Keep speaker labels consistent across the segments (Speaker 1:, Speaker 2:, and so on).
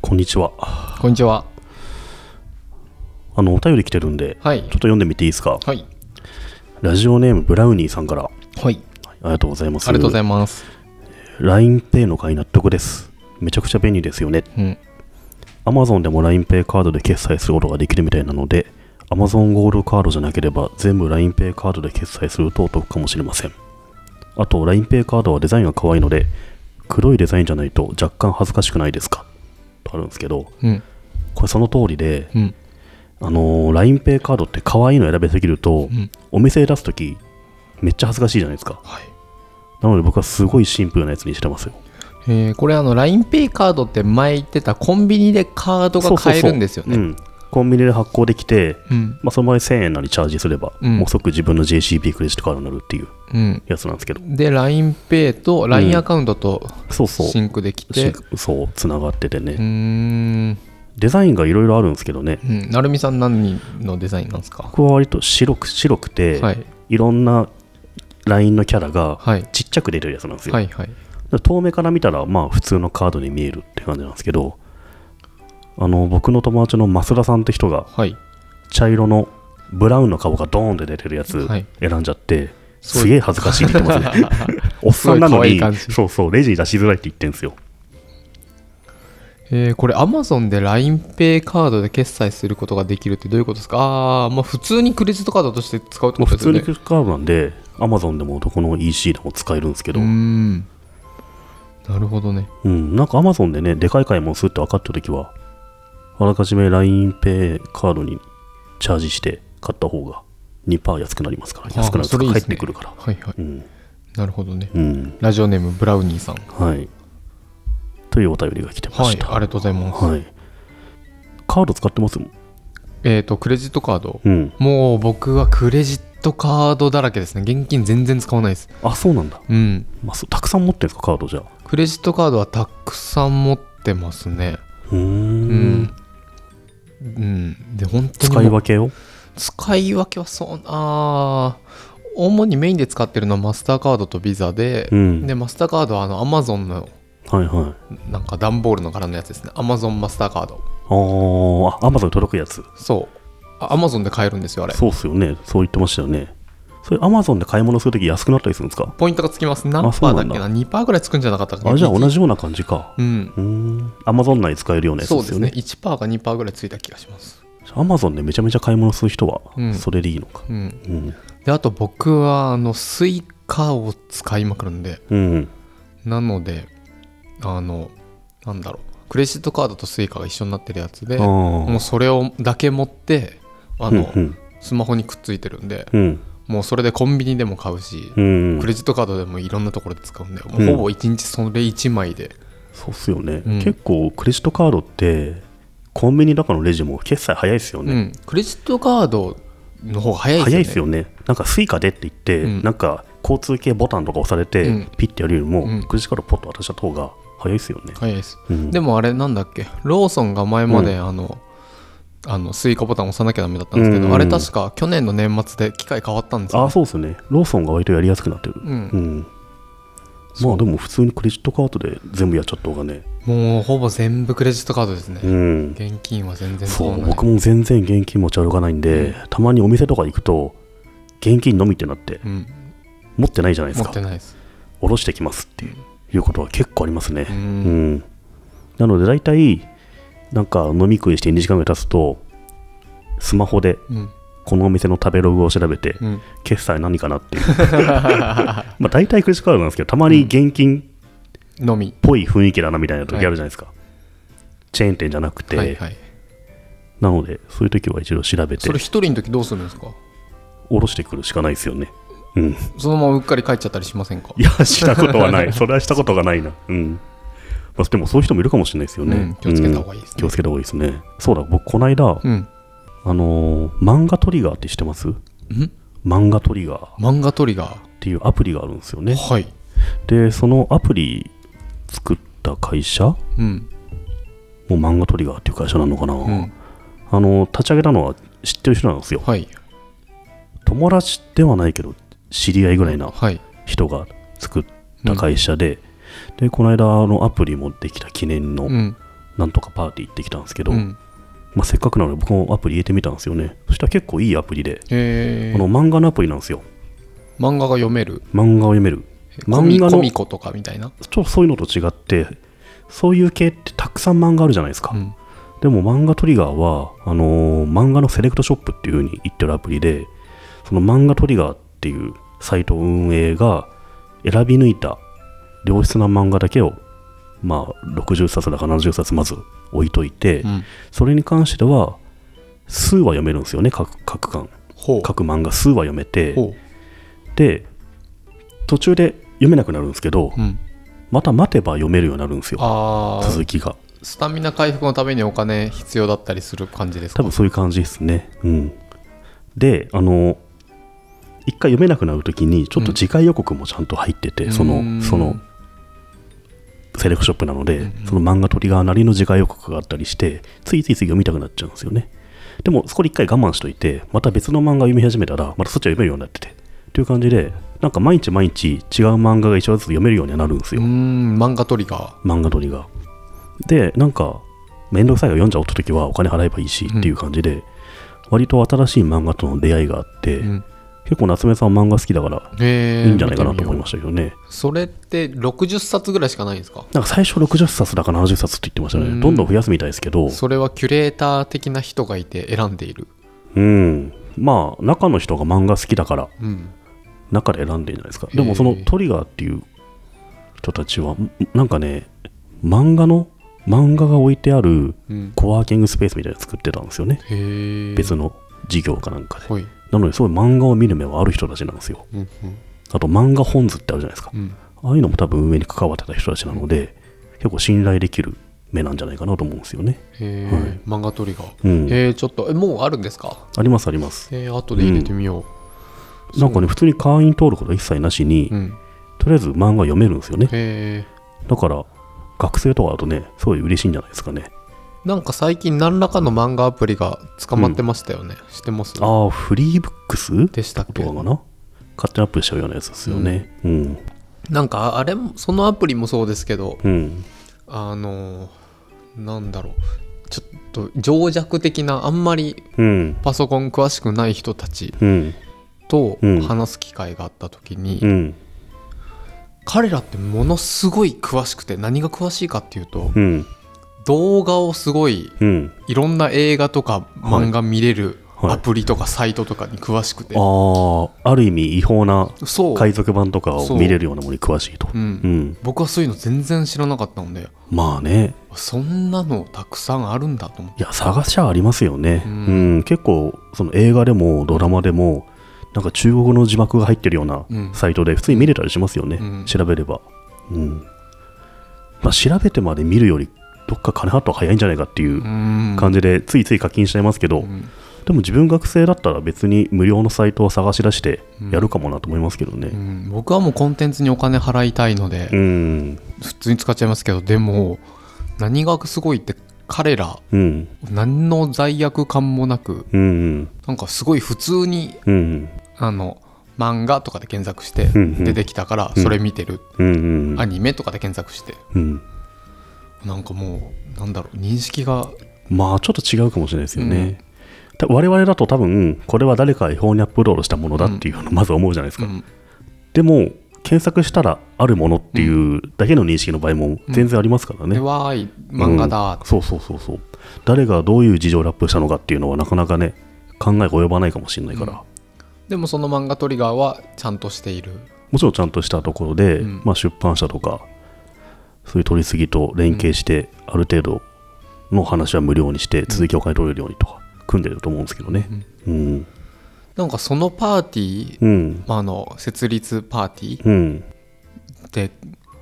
Speaker 1: こんにちは。
Speaker 2: こんにちは。
Speaker 1: あの、お便り来てるんで、
Speaker 2: はい
Speaker 1: ちょっと読んでみていいですか。
Speaker 2: はい。
Speaker 1: ラジオネームブラウニーさんから、
Speaker 2: はい。
Speaker 1: ありがとうございます。
Speaker 2: ありがとうござい
Speaker 1: ま
Speaker 2: ます。
Speaker 1: す。LINEPay の回納得です。めちゃくちゃ便利ですよね。
Speaker 2: うん。
Speaker 1: Amazon でも LINEPay カードで決済することができるみたいなので、Amazon ゴールドカードじゃなければ全部 LINEPay カードで決済するとお得かもしれません。あと LINEPay カードはデザインが可愛いので、黒いデザインじゃないと若干恥ずかしくないですかとあるんですけど、
Speaker 2: うん。
Speaker 1: これその通りで、
Speaker 2: うん。
Speaker 1: あのー、LINEPay カードって可愛いの選べすぎると、
Speaker 2: うん。
Speaker 1: お店で出すとき、めっちゃ恥ずかしいじゃないですか。
Speaker 2: はい。
Speaker 1: なので僕はすごいシンプルなやつにしてますよ。
Speaker 2: えーこれあの LINEPay カードって前言ってたコンビニでカードが買えるんですよ
Speaker 1: そう
Speaker 2: ね。
Speaker 1: そうそううん。コンビニで発行できて、
Speaker 2: うん。
Speaker 1: まあ、その場合1000円なりチャージすれば、
Speaker 2: うん
Speaker 1: もう即自分の JCB クレジットカードになるっていう
Speaker 2: うん。
Speaker 1: やつなんですけど、
Speaker 2: で、LINEPay と LINE アカウントと
Speaker 1: そうそう。
Speaker 2: シンクでき
Speaker 1: シ
Speaker 2: て、
Speaker 1: ン
Speaker 2: う
Speaker 1: クそう、つながっててね。
Speaker 2: ーん。
Speaker 1: デザインがいろいろあるんですけどね、
Speaker 2: うん。なるみさん何のデザインなんですか
Speaker 1: 僕は割と白く白くて、、
Speaker 2: はいい。
Speaker 1: ろんな LINE のキャラが
Speaker 2: はい。
Speaker 1: ちっちゃく出てるやつなんですよ。
Speaker 2: はいは
Speaker 1: だか
Speaker 2: い。
Speaker 1: ら遠目から見たらまあ普通のカードに見えるって感じなんですけどあの僕の友達の増田さんって人が
Speaker 2: はい。
Speaker 1: 茶色のブラウンの顔がドーンって出てるやつ
Speaker 2: はい
Speaker 1: 選んじゃって、
Speaker 2: そう
Speaker 1: すげえ恥ずかしいって言 ってますねおっさんなの
Speaker 2: すごい
Speaker 1: に
Speaker 2: 可愛い感じ
Speaker 1: そうそうレジに出しづらいって言ってんすよ
Speaker 2: えーこれ Amazon で LINEPay カードで決済することができるってどういうことですかああ、まあ普通にクレジットカードとして使うって
Speaker 1: も
Speaker 2: こ
Speaker 1: う普
Speaker 2: とですよ
Speaker 1: 通
Speaker 2: ね。
Speaker 1: にクレジットカードなんで Amazon でもどこの EC でも使えるんですけど、
Speaker 2: うー
Speaker 1: うん
Speaker 2: んなるほどね
Speaker 1: なんか Amazon でねでかい買い物するって分かった時はあらかじめ LINEPay カードにチャージして買った方が2%安くなりますから
Speaker 2: あ
Speaker 1: 安くなる
Speaker 2: それいい
Speaker 1: 返
Speaker 2: で
Speaker 1: っ
Speaker 2: すね
Speaker 1: てくるから
Speaker 2: はいはい
Speaker 1: うん、
Speaker 2: なるほどね
Speaker 1: うん、
Speaker 2: ラジオネームブラウニーさん
Speaker 1: はい。というお便りが来てま
Speaker 2: はいあ
Speaker 1: し
Speaker 2: り
Speaker 1: た。
Speaker 2: がとうございます、
Speaker 1: はい。カード使ってますもん。
Speaker 2: えっ、とクレジットカード
Speaker 1: うん。
Speaker 2: もう僕はクレジットカードだらけですね現金全然使わないです
Speaker 1: あ、そうなんだ。
Speaker 2: うん
Speaker 1: まあ、そうたくさん持ってるんですか、カードじゃあ。
Speaker 2: クレジットカードはたくさん持ってますね
Speaker 1: うーん
Speaker 2: うんうんで本当にも
Speaker 1: 使
Speaker 2: う
Speaker 1: い分けを
Speaker 2: 使い分けはそうあー主にメインで使ってるのはマスターカードとビザで、
Speaker 1: うん
Speaker 2: でマスターカードはあのアマゾンの
Speaker 1: はいはい。
Speaker 2: なんか段ボールの柄のやつですね。アマゾンマスターカード。
Speaker 1: あーあ、アマゾンに届くやつ。
Speaker 2: そう。アマゾンで買えるんですよ、あれ。
Speaker 1: そうっすよね。そう言ってましたよね。それ、アマゾンで買い物するとき安くなったりするんですか
Speaker 2: ポイントがつきます。何
Speaker 1: あ
Speaker 2: パ
Speaker 1: そう
Speaker 2: ー
Speaker 1: な
Speaker 2: だっ
Speaker 1: んだ
Speaker 2: けな ?2% ぐらいつくんじゃなかったかな
Speaker 1: あ、じゃあ同。
Speaker 2: 一
Speaker 1: じような感じか。
Speaker 2: うん。
Speaker 1: うーん。アマゾン内使えるようなやつ
Speaker 2: そ
Speaker 1: で
Speaker 2: う
Speaker 1: す
Speaker 2: で
Speaker 1: よ
Speaker 2: すね。
Speaker 1: ね。
Speaker 2: 1%か2%ぐらいついた気がします。
Speaker 1: アマゾンでめちゃめちゃ買い物する人は
Speaker 2: う、ん
Speaker 1: それでいいのか。
Speaker 2: うん。
Speaker 1: うん。
Speaker 2: で、あと僕は、あの、スイカを使いまくるんで、
Speaker 1: うん。
Speaker 2: なので、あの、なんだろう。クレジットカードとスイカが一緒になってるやつで、
Speaker 1: ああ。
Speaker 2: もうそれをだけ持って、あ
Speaker 1: うん
Speaker 2: の、
Speaker 1: うん。
Speaker 2: スマホにくっついてるんで、
Speaker 1: うん。
Speaker 2: もうそれでコンビニでも買うし、
Speaker 1: うん
Speaker 2: クレジットカードでもいろんなところで使うんだよ、もう
Speaker 1: うん
Speaker 2: ほぼ1日それ1枚で
Speaker 1: そうっすよね、
Speaker 2: うん
Speaker 1: 結構クレジットカードってコンビニとかのレジも決済早いですよ
Speaker 2: う
Speaker 1: ね、
Speaker 2: んクレジットカードの方が早いですよね
Speaker 1: 早いですよねなんかスイカでって言って、
Speaker 2: うん
Speaker 1: なんか交通系ボタンとか押されて、
Speaker 2: うん
Speaker 1: ピッてやるよりも、
Speaker 2: うん
Speaker 1: クレジットカードポッと渡した方が早いですよね、
Speaker 2: 早いです
Speaker 1: うん
Speaker 2: でもあれなんだっけローソンが前まで
Speaker 1: う
Speaker 2: あの、あのスイカボタン押さなきゃダメだったんですけど、
Speaker 1: うん
Speaker 2: あれ確か去年の年末で機械変わったんですよ、
Speaker 1: あそうですねローソンが割とやりやすくなってる
Speaker 2: うん
Speaker 1: うんまあでも普通にクレジットカードで全部やっちゃった方がね
Speaker 2: もうほぼ全部クレジットカードですね、
Speaker 1: うん
Speaker 2: 現金は全然使
Speaker 1: そ
Speaker 2: わ
Speaker 1: う
Speaker 2: ない
Speaker 1: 僕も全然現金持ち歩かないんで、たまにお店とか行くと現金のみってなって
Speaker 2: うん、
Speaker 1: 持ってないじゃないで
Speaker 2: 持
Speaker 1: す
Speaker 2: っ
Speaker 1: か
Speaker 2: てないです
Speaker 1: 下ろしてきますっていういうことは結構ありますね
Speaker 2: う。
Speaker 1: うん
Speaker 2: ん、
Speaker 1: なので大体なんか飲み食いして2時間ぐらい経つとスマホで
Speaker 2: うん
Speaker 1: このお店の食べログを調べて、
Speaker 2: うん
Speaker 1: 決済何かなっていう まあ大体クレジットカードなんですけどたまに現金っ
Speaker 2: のみ
Speaker 1: ぽい雰囲気だなみたいな時あるじゃないですか、チェーン店じゃなくて、
Speaker 2: はいはい
Speaker 1: なのでそういう時は一度調べて
Speaker 2: それ一人の時どうするんですか
Speaker 1: 下ろしてくるしかないですよねうん
Speaker 2: そのままうっかり帰っちゃったりしませんか
Speaker 1: いや、したことはない。それはしたことがないな。うん。まあ、でも、そういう人もいるかもしれないですよね。
Speaker 2: うん気をつけた方がいいですね
Speaker 1: うん気をつけた方がいいですね。そうだ、僕、この間、
Speaker 2: うん
Speaker 1: あのー漫画トリガーって知ってます
Speaker 2: ん
Speaker 1: 漫画トリガーっ
Speaker 2: 漫画トリガ
Speaker 1: ていうアプリがあるんですよ
Speaker 2: ー
Speaker 1: ね。
Speaker 2: はい
Speaker 1: で、そのアプリ作った会社も
Speaker 2: うん
Speaker 1: う漫画トリガーっていう会社なのかな、
Speaker 2: うん
Speaker 1: あのー立ち上げたのは知ってる人なんですよ。
Speaker 2: はい
Speaker 1: 友達ではないけど、知り合いぐらいな
Speaker 2: はい
Speaker 1: 人が作った会社で、で、この間、あのアプリもできた記念の
Speaker 2: うん
Speaker 1: なんとかパーティー行ってきたんですけど、
Speaker 2: うん、
Speaker 1: まあ、せっかくなので僕もアプリ入れてみたんですよねそしたら結構いいアプリで、
Speaker 2: へ
Speaker 1: あの
Speaker 2: ー
Speaker 1: 漫画のアプリなんですよ
Speaker 2: 漫画が読める
Speaker 1: 漫画を読める
Speaker 2: コミ
Speaker 1: 漫画の
Speaker 2: コミコとかみたいな、
Speaker 1: ちょっとそういうのと違ってそういう系ってたくさん漫画あるじゃないですか、
Speaker 2: うん、
Speaker 1: でも漫画トリガーはあのー漫画のセレクトショップっていう風に言ってるアプリでその漫画トリガーっていうサイト運営が選び抜いた良質な漫画だけをまあ60冊だか70冊まず置いといて、
Speaker 2: うん
Speaker 1: それに関しては数は読めるんですよね各各巻
Speaker 2: ほう
Speaker 1: 各漫画数は読めて
Speaker 2: ほ
Speaker 1: で途中で読めなくなるんですけど
Speaker 2: う、うん、
Speaker 1: また待てば読めるようになるんですよ
Speaker 2: ああ
Speaker 1: 続きが
Speaker 2: スタミナ回復のためにお金必要だったりする感じです
Speaker 1: 多
Speaker 2: か
Speaker 1: 分そういう感じですねうんであの一回読めなくなるときにちょっと次回予告もちゃんと入ってて、
Speaker 2: うん
Speaker 1: そうの
Speaker 2: ん
Speaker 1: そのセレクトショップなので、
Speaker 2: うんうん
Speaker 1: その漫画トリガーなりの次回予告があったりしてついついつい読みたくなっちゃうんですよねでもそこで一回我慢しといてまた別の漫画読み始めたらまたそっちは読めるようになっててっていう感じでなんか毎日毎日違う漫画が一話ずつ読めるようにはなるんです
Speaker 2: うー
Speaker 1: よ、
Speaker 2: ん漫画トリガ
Speaker 1: 漫画撮りが。で、なんか、面倒くさいが読んじゃおった時はお金払えばいいしっていう感じで、割と新しい漫画との出会いがあって、
Speaker 2: ー、うん、
Speaker 1: 結構夏目さん漫画好きだから、
Speaker 2: へ
Speaker 1: い
Speaker 2: え
Speaker 1: いんじゃないかなと思いま
Speaker 2: し
Speaker 1: したけどね。
Speaker 2: たそれって60冊ぐらいしかないんですか
Speaker 1: なんか最初60冊だか70冊って言ってましたね。
Speaker 2: うん
Speaker 1: どんどん増やすみたいですけど、
Speaker 2: それはキュレーター的な人がいて選んでいる
Speaker 1: うん。まあ、中の人が漫画好きだから、
Speaker 2: うん
Speaker 1: 中で選んでるんじゃないですか。でもそのトリガーっていう人たちは、んなんかね、漫画の、漫画が置いてある
Speaker 2: うん
Speaker 1: コワーキングスペースみたいなの作ってたんですよね。
Speaker 2: へえ
Speaker 1: 別の事業かなんかで。
Speaker 2: はい
Speaker 1: なので、すごい漫画を見る目はある人たちなんですよ。
Speaker 2: うんうん
Speaker 1: あと、漫画本図ってあるじゃないですか。
Speaker 2: うん
Speaker 1: ああいうのも多分運営に関わってた人たちなので、結構信頼できる目なんじゃないかなと思うんですよね。
Speaker 2: へえ、
Speaker 1: はい
Speaker 2: 漫画トリガー
Speaker 1: うん。
Speaker 2: へえちょっとえもうあるんですか
Speaker 1: ありますあります。
Speaker 2: えー、後で入れてみよう、
Speaker 1: なんかね、普通に会員登録が一切なしに、
Speaker 2: そう、うん、
Speaker 1: とりあえず漫画読めるんですよね。
Speaker 2: へえ
Speaker 1: だから、学生とかだとね、すごい嬉しいんじゃないですかね。
Speaker 2: なんか最近何らかの漫画アプリが捕まってましたよね、知ってます
Speaker 1: ああ、フリーブックス
Speaker 2: でしたっ
Speaker 1: と
Speaker 2: け
Speaker 1: かかな勝手にアップしちゃうようなやつですよね。うん。
Speaker 2: なんかあれもそのアプリもそうですけど
Speaker 1: うん。
Speaker 2: あのなんだろうちょっと情弱的なあんまり
Speaker 1: うん。
Speaker 2: パソコン詳しくない人たち
Speaker 1: うん。
Speaker 2: と
Speaker 1: うん
Speaker 2: 話す機会があった時に、
Speaker 1: うん。
Speaker 2: 彼らってものすごい詳しくて何が詳しいかっていうと、
Speaker 1: うん。
Speaker 2: 動画をすごい
Speaker 1: うん。
Speaker 2: いろんな映画とか漫画見れる
Speaker 1: はい
Speaker 2: アプリとかサイトとかに詳しくて、
Speaker 1: ああ、ある意味違法な
Speaker 2: そう、
Speaker 1: 海賊版とかを
Speaker 2: そう
Speaker 1: 見れるようなものに詳しいと。う
Speaker 2: う、
Speaker 1: んん。
Speaker 2: 僕はそういうの全然知らなかったので
Speaker 1: まあね、
Speaker 2: そんなのたくさんあるんだと思って
Speaker 1: いや、探しゃありますよね。う
Speaker 2: うんん、
Speaker 1: 結構、その映画でもドラマでも、なんか中国の字幕が入ってるような
Speaker 2: うん
Speaker 1: サイトで普通に見れたりしますよね。
Speaker 2: うん
Speaker 1: 調べれば。うん。まあ、調べてまで見るより、どっか金払った方が早いんじゃないかっていう
Speaker 2: うん
Speaker 1: 感じで、ついつい課金しちゃいますけど、
Speaker 2: うん
Speaker 1: でも自分学生だったら別に無料のサイトを探し出してやるかもなと思いますけど
Speaker 2: う
Speaker 1: ね。
Speaker 2: ん、僕はもうコンテンツにお金払いたいので、
Speaker 1: うん。
Speaker 2: 普通に使っちゃいますけどでも何がすごいって彼ら
Speaker 1: うん。
Speaker 2: 何の罪悪感もなく
Speaker 1: うん。うん。
Speaker 2: なんかすごい普通に
Speaker 1: うん。
Speaker 2: あの漫画とかで検索して
Speaker 1: うんうん
Speaker 2: 出てきたからそれ見てる、
Speaker 1: うんうん
Speaker 2: アニメとかで検索して
Speaker 1: うん、
Speaker 2: なんかもうなんだろう認識が
Speaker 1: まあちょっと違うかもしれないですよね、た我々だと多分これは誰かが違法にアップロードしたものだっていうのをまず思うじゃないです
Speaker 2: う
Speaker 1: か、
Speaker 2: ん
Speaker 1: でも検索したらあるものっていうだけの認識の場合も全然ありますからね、
Speaker 2: でわーい漫画だ
Speaker 1: うんそうそうそうそう誰がどういう事情でアップしたのかっていうのはなかなかね考えが及ばないかもしれないから、
Speaker 2: うんでもその漫画トリガーはちゃんとしている
Speaker 1: もちろんちゃんとしたところで、
Speaker 2: うん
Speaker 1: まあ、出版社とかそういう取り次ぎと連携して、ある程度の話は無料にして続きをお金取れるようにとか組んでると思うんですけどねうん
Speaker 2: なんかそのパーティー、
Speaker 1: うん
Speaker 2: まあ、あの設立パーティー
Speaker 1: うん
Speaker 2: って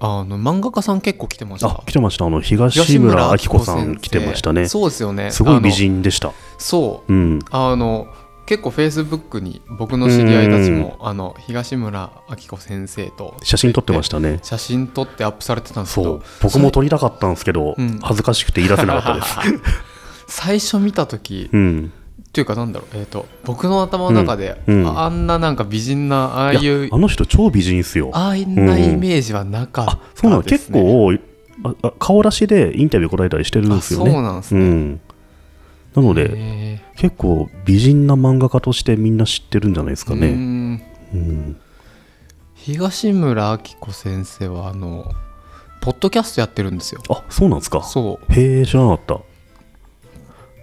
Speaker 2: あの漫画家さん結構来てました
Speaker 1: あ来てましたあの東村明子さん
Speaker 2: 東村明
Speaker 1: 来てましたねす
Speaker 2: そうですよね
Speaker 1: ごい美人でした
Speaker 2: あのそう
Speaker 1: うん
Speaker 2: あの結構フェイスブックに僕の知り合いたちもあの東村明子先生と
Speaker 1: 写真撮ってましたね
Speaker 2: 写真撮ってアップされてたんですけ
Speaker 1: そう
Speaker 2: ど
Speaker 1: 僕も撮りたかったんですけど、
Speaker 2: うん
Speaker 1: 恥ずかしくて言い出せなかった です
Speaker 2: 最初見た時
Speaker 1: うん
Speaker 2: っていうかなんだろうえっ、と僕の頭の中で、
Speaker 1: うんうん
Speaker 2: あんななんか美人なああい
Speaker 1: いうやあの人超美人っすよ
Speaker 2: あんなイメージはなかった
Speaker 1: そうなの、
Speaker 2: です、
Speaker 1: 結
Speaker 2: ね、
Speaker 1: 構ああ顔出しでインタビュー答えたりしてるん
Speaker 2: あ
Speaker 1: ですよ
Speaker 2: そ
Speaker 1: ね。
Speaker 2: うなんです
Speaker 1: う
Speaker 2: ね。
Speaker 1: ん、なので、
Speaker 2: へ
Speaker 1: 結構美人な漫画家としてみんな知ってるんじゃないです
Speaker 2: ー
Speaker 1: か
Speaker 2: う
Speaker 1: ね。
Speaker 2: ん
Speaker 1: うん、
Speaker 2: 東村明子先生はあのポッドキャストやってるんですよ。
Speaker 1: あそうなんですか。
Speaker 2: そ
Speaker 1: へえ、知らなかっ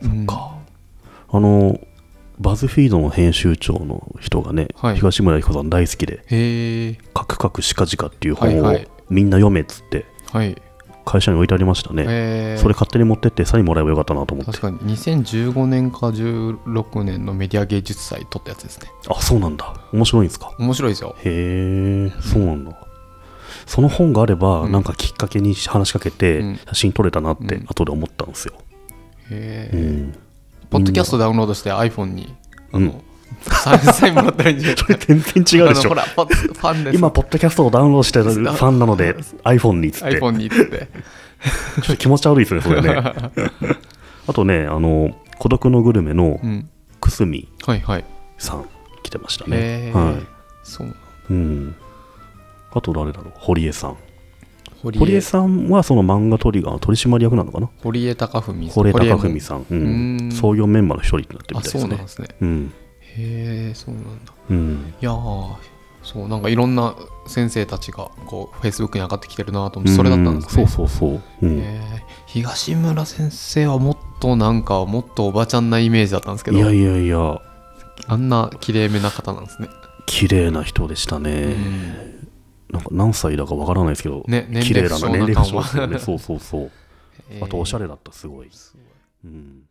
Speaker 2: う。うん
Speaker 1: た。か。あの、バズフィードの編集長の人がね、
Speaker 2: はい
Speaker 1: 東村彦さん大好きで、
Speaker 2: へえ。
Speaker 1: カクカクしかじかっていう本
Speaker 2: は
Speaker 1: を
Speaker 2: いはい
Speaker 1: みんな読めっつって、
Speaker 2: はい。
Speaker 1: 会社に置いてありましたね。
Speaker 2: えー
Speaker 1: それ勝手に持ってってサインもらえばよかったなと思って
Speaker 2: 確かに2015年か16年のメディア芸術祭撮ったやつですね
Speaker 1: あそうなんだ面白いんですか
Speaker 2: 面白いですよ
Speaker 1: へえそうなんだその本があれば、
Speaker 2: うん
Speaker 1: なんかきっかけに話しかけて、
Speaker 2: うん
Speaker 1: 写真撮れたなっ
Speaker 2: う
Speaker 1: て
Speaker 2: ん
Speaker 1: 後で思ったんですよ、
Speaker 2: へ
Speaker 1: う
Speaker 2: え、
Speaker 1: ん、
Speaker 2: ポッドキャストダウンロードして iPhone にあ
Speaker 1: う
Speaker 2: の、サインサインもらったらいいんじゃないです
Speaker 1: それ全然違うで
Speaker 2: かあの
Speaker 1: し
Speaker 2: ほ
Speaker 1: ょ
Speaker 2: らポッファンです
Speaker 1: 今ポッドキャストをダウンロードしてるファンなので iPhone にっつってちょ
Speaker 2: iPhone に行って
Speaker 1: っと気持ち悪いですねそれ ねあとねあの孤独のグルメの
Speaker 2: うん
Speaker 1: くすみ
Speaker 2: はいはい
Speaker 1: さん来てました
Speaker 2: へ
Speaker 1: ね
Speaker 2: え、
Speaker 1: は
Speaker 2: そう
Speaker 1: い、うん、あと誰だろう堀江さん
Speaker 2: 堀
Speaker 1: 堀江
Speaker 2: 江
Speaker 1: さんはその漫画トリガーの取締役なのかな
Speaker 2: 堀江貴文さん
Speaker 1: 堀江貴
Speaker 2: 堀江
Speaker 1: 文
Speaker 2: の
Speaker 1: さん、
Speaker 2: う
Speaker 1: うんん、創業メンバーの一人になってる
Speaker 2: あ
Speaker 1: みたいで
Speaker 2: そう
Speaker 1: す
Speaker 2: なんで
Speaker 1: ね。
Speaker 2: すね
Speaker 1: うん
Speaker 2: へえそうなんだ
Speaker 1: うん
Speaker 2: いやーそうなんかいろんな先生たちがこうフェイスブックに上がってきてるなと思ってそれだったんですね、
Speaker 1: うそうそうそう、うん
Speaker 2: えー東村先生はもっとなんかもっとおばちゃんなイメージだったんですけど
Speaker 1: いやいやいや
Speaker 2: あんなきれいめな方なんですね、
Speaker 1: 綺麗な人でしたね、なんか何歳だかわからないですけど、
Speaker 2: ね年
Speaker 1: 綺麗
Speaker 2: 齢不
Speaker 1: だな
Speaker 2: 詳
Speaker 1: 年齢
Speaker 2: な
Speaker 1: 不
Speaker 2: 感
Speaker 1: 詳
Speaker 2: は
Speaker 1: ですよねそうそうそう
Speaker 2: えー
Speaker 1: あとおしゃれだったすごい、
Speaker 2: すごい
Speaker 1: うん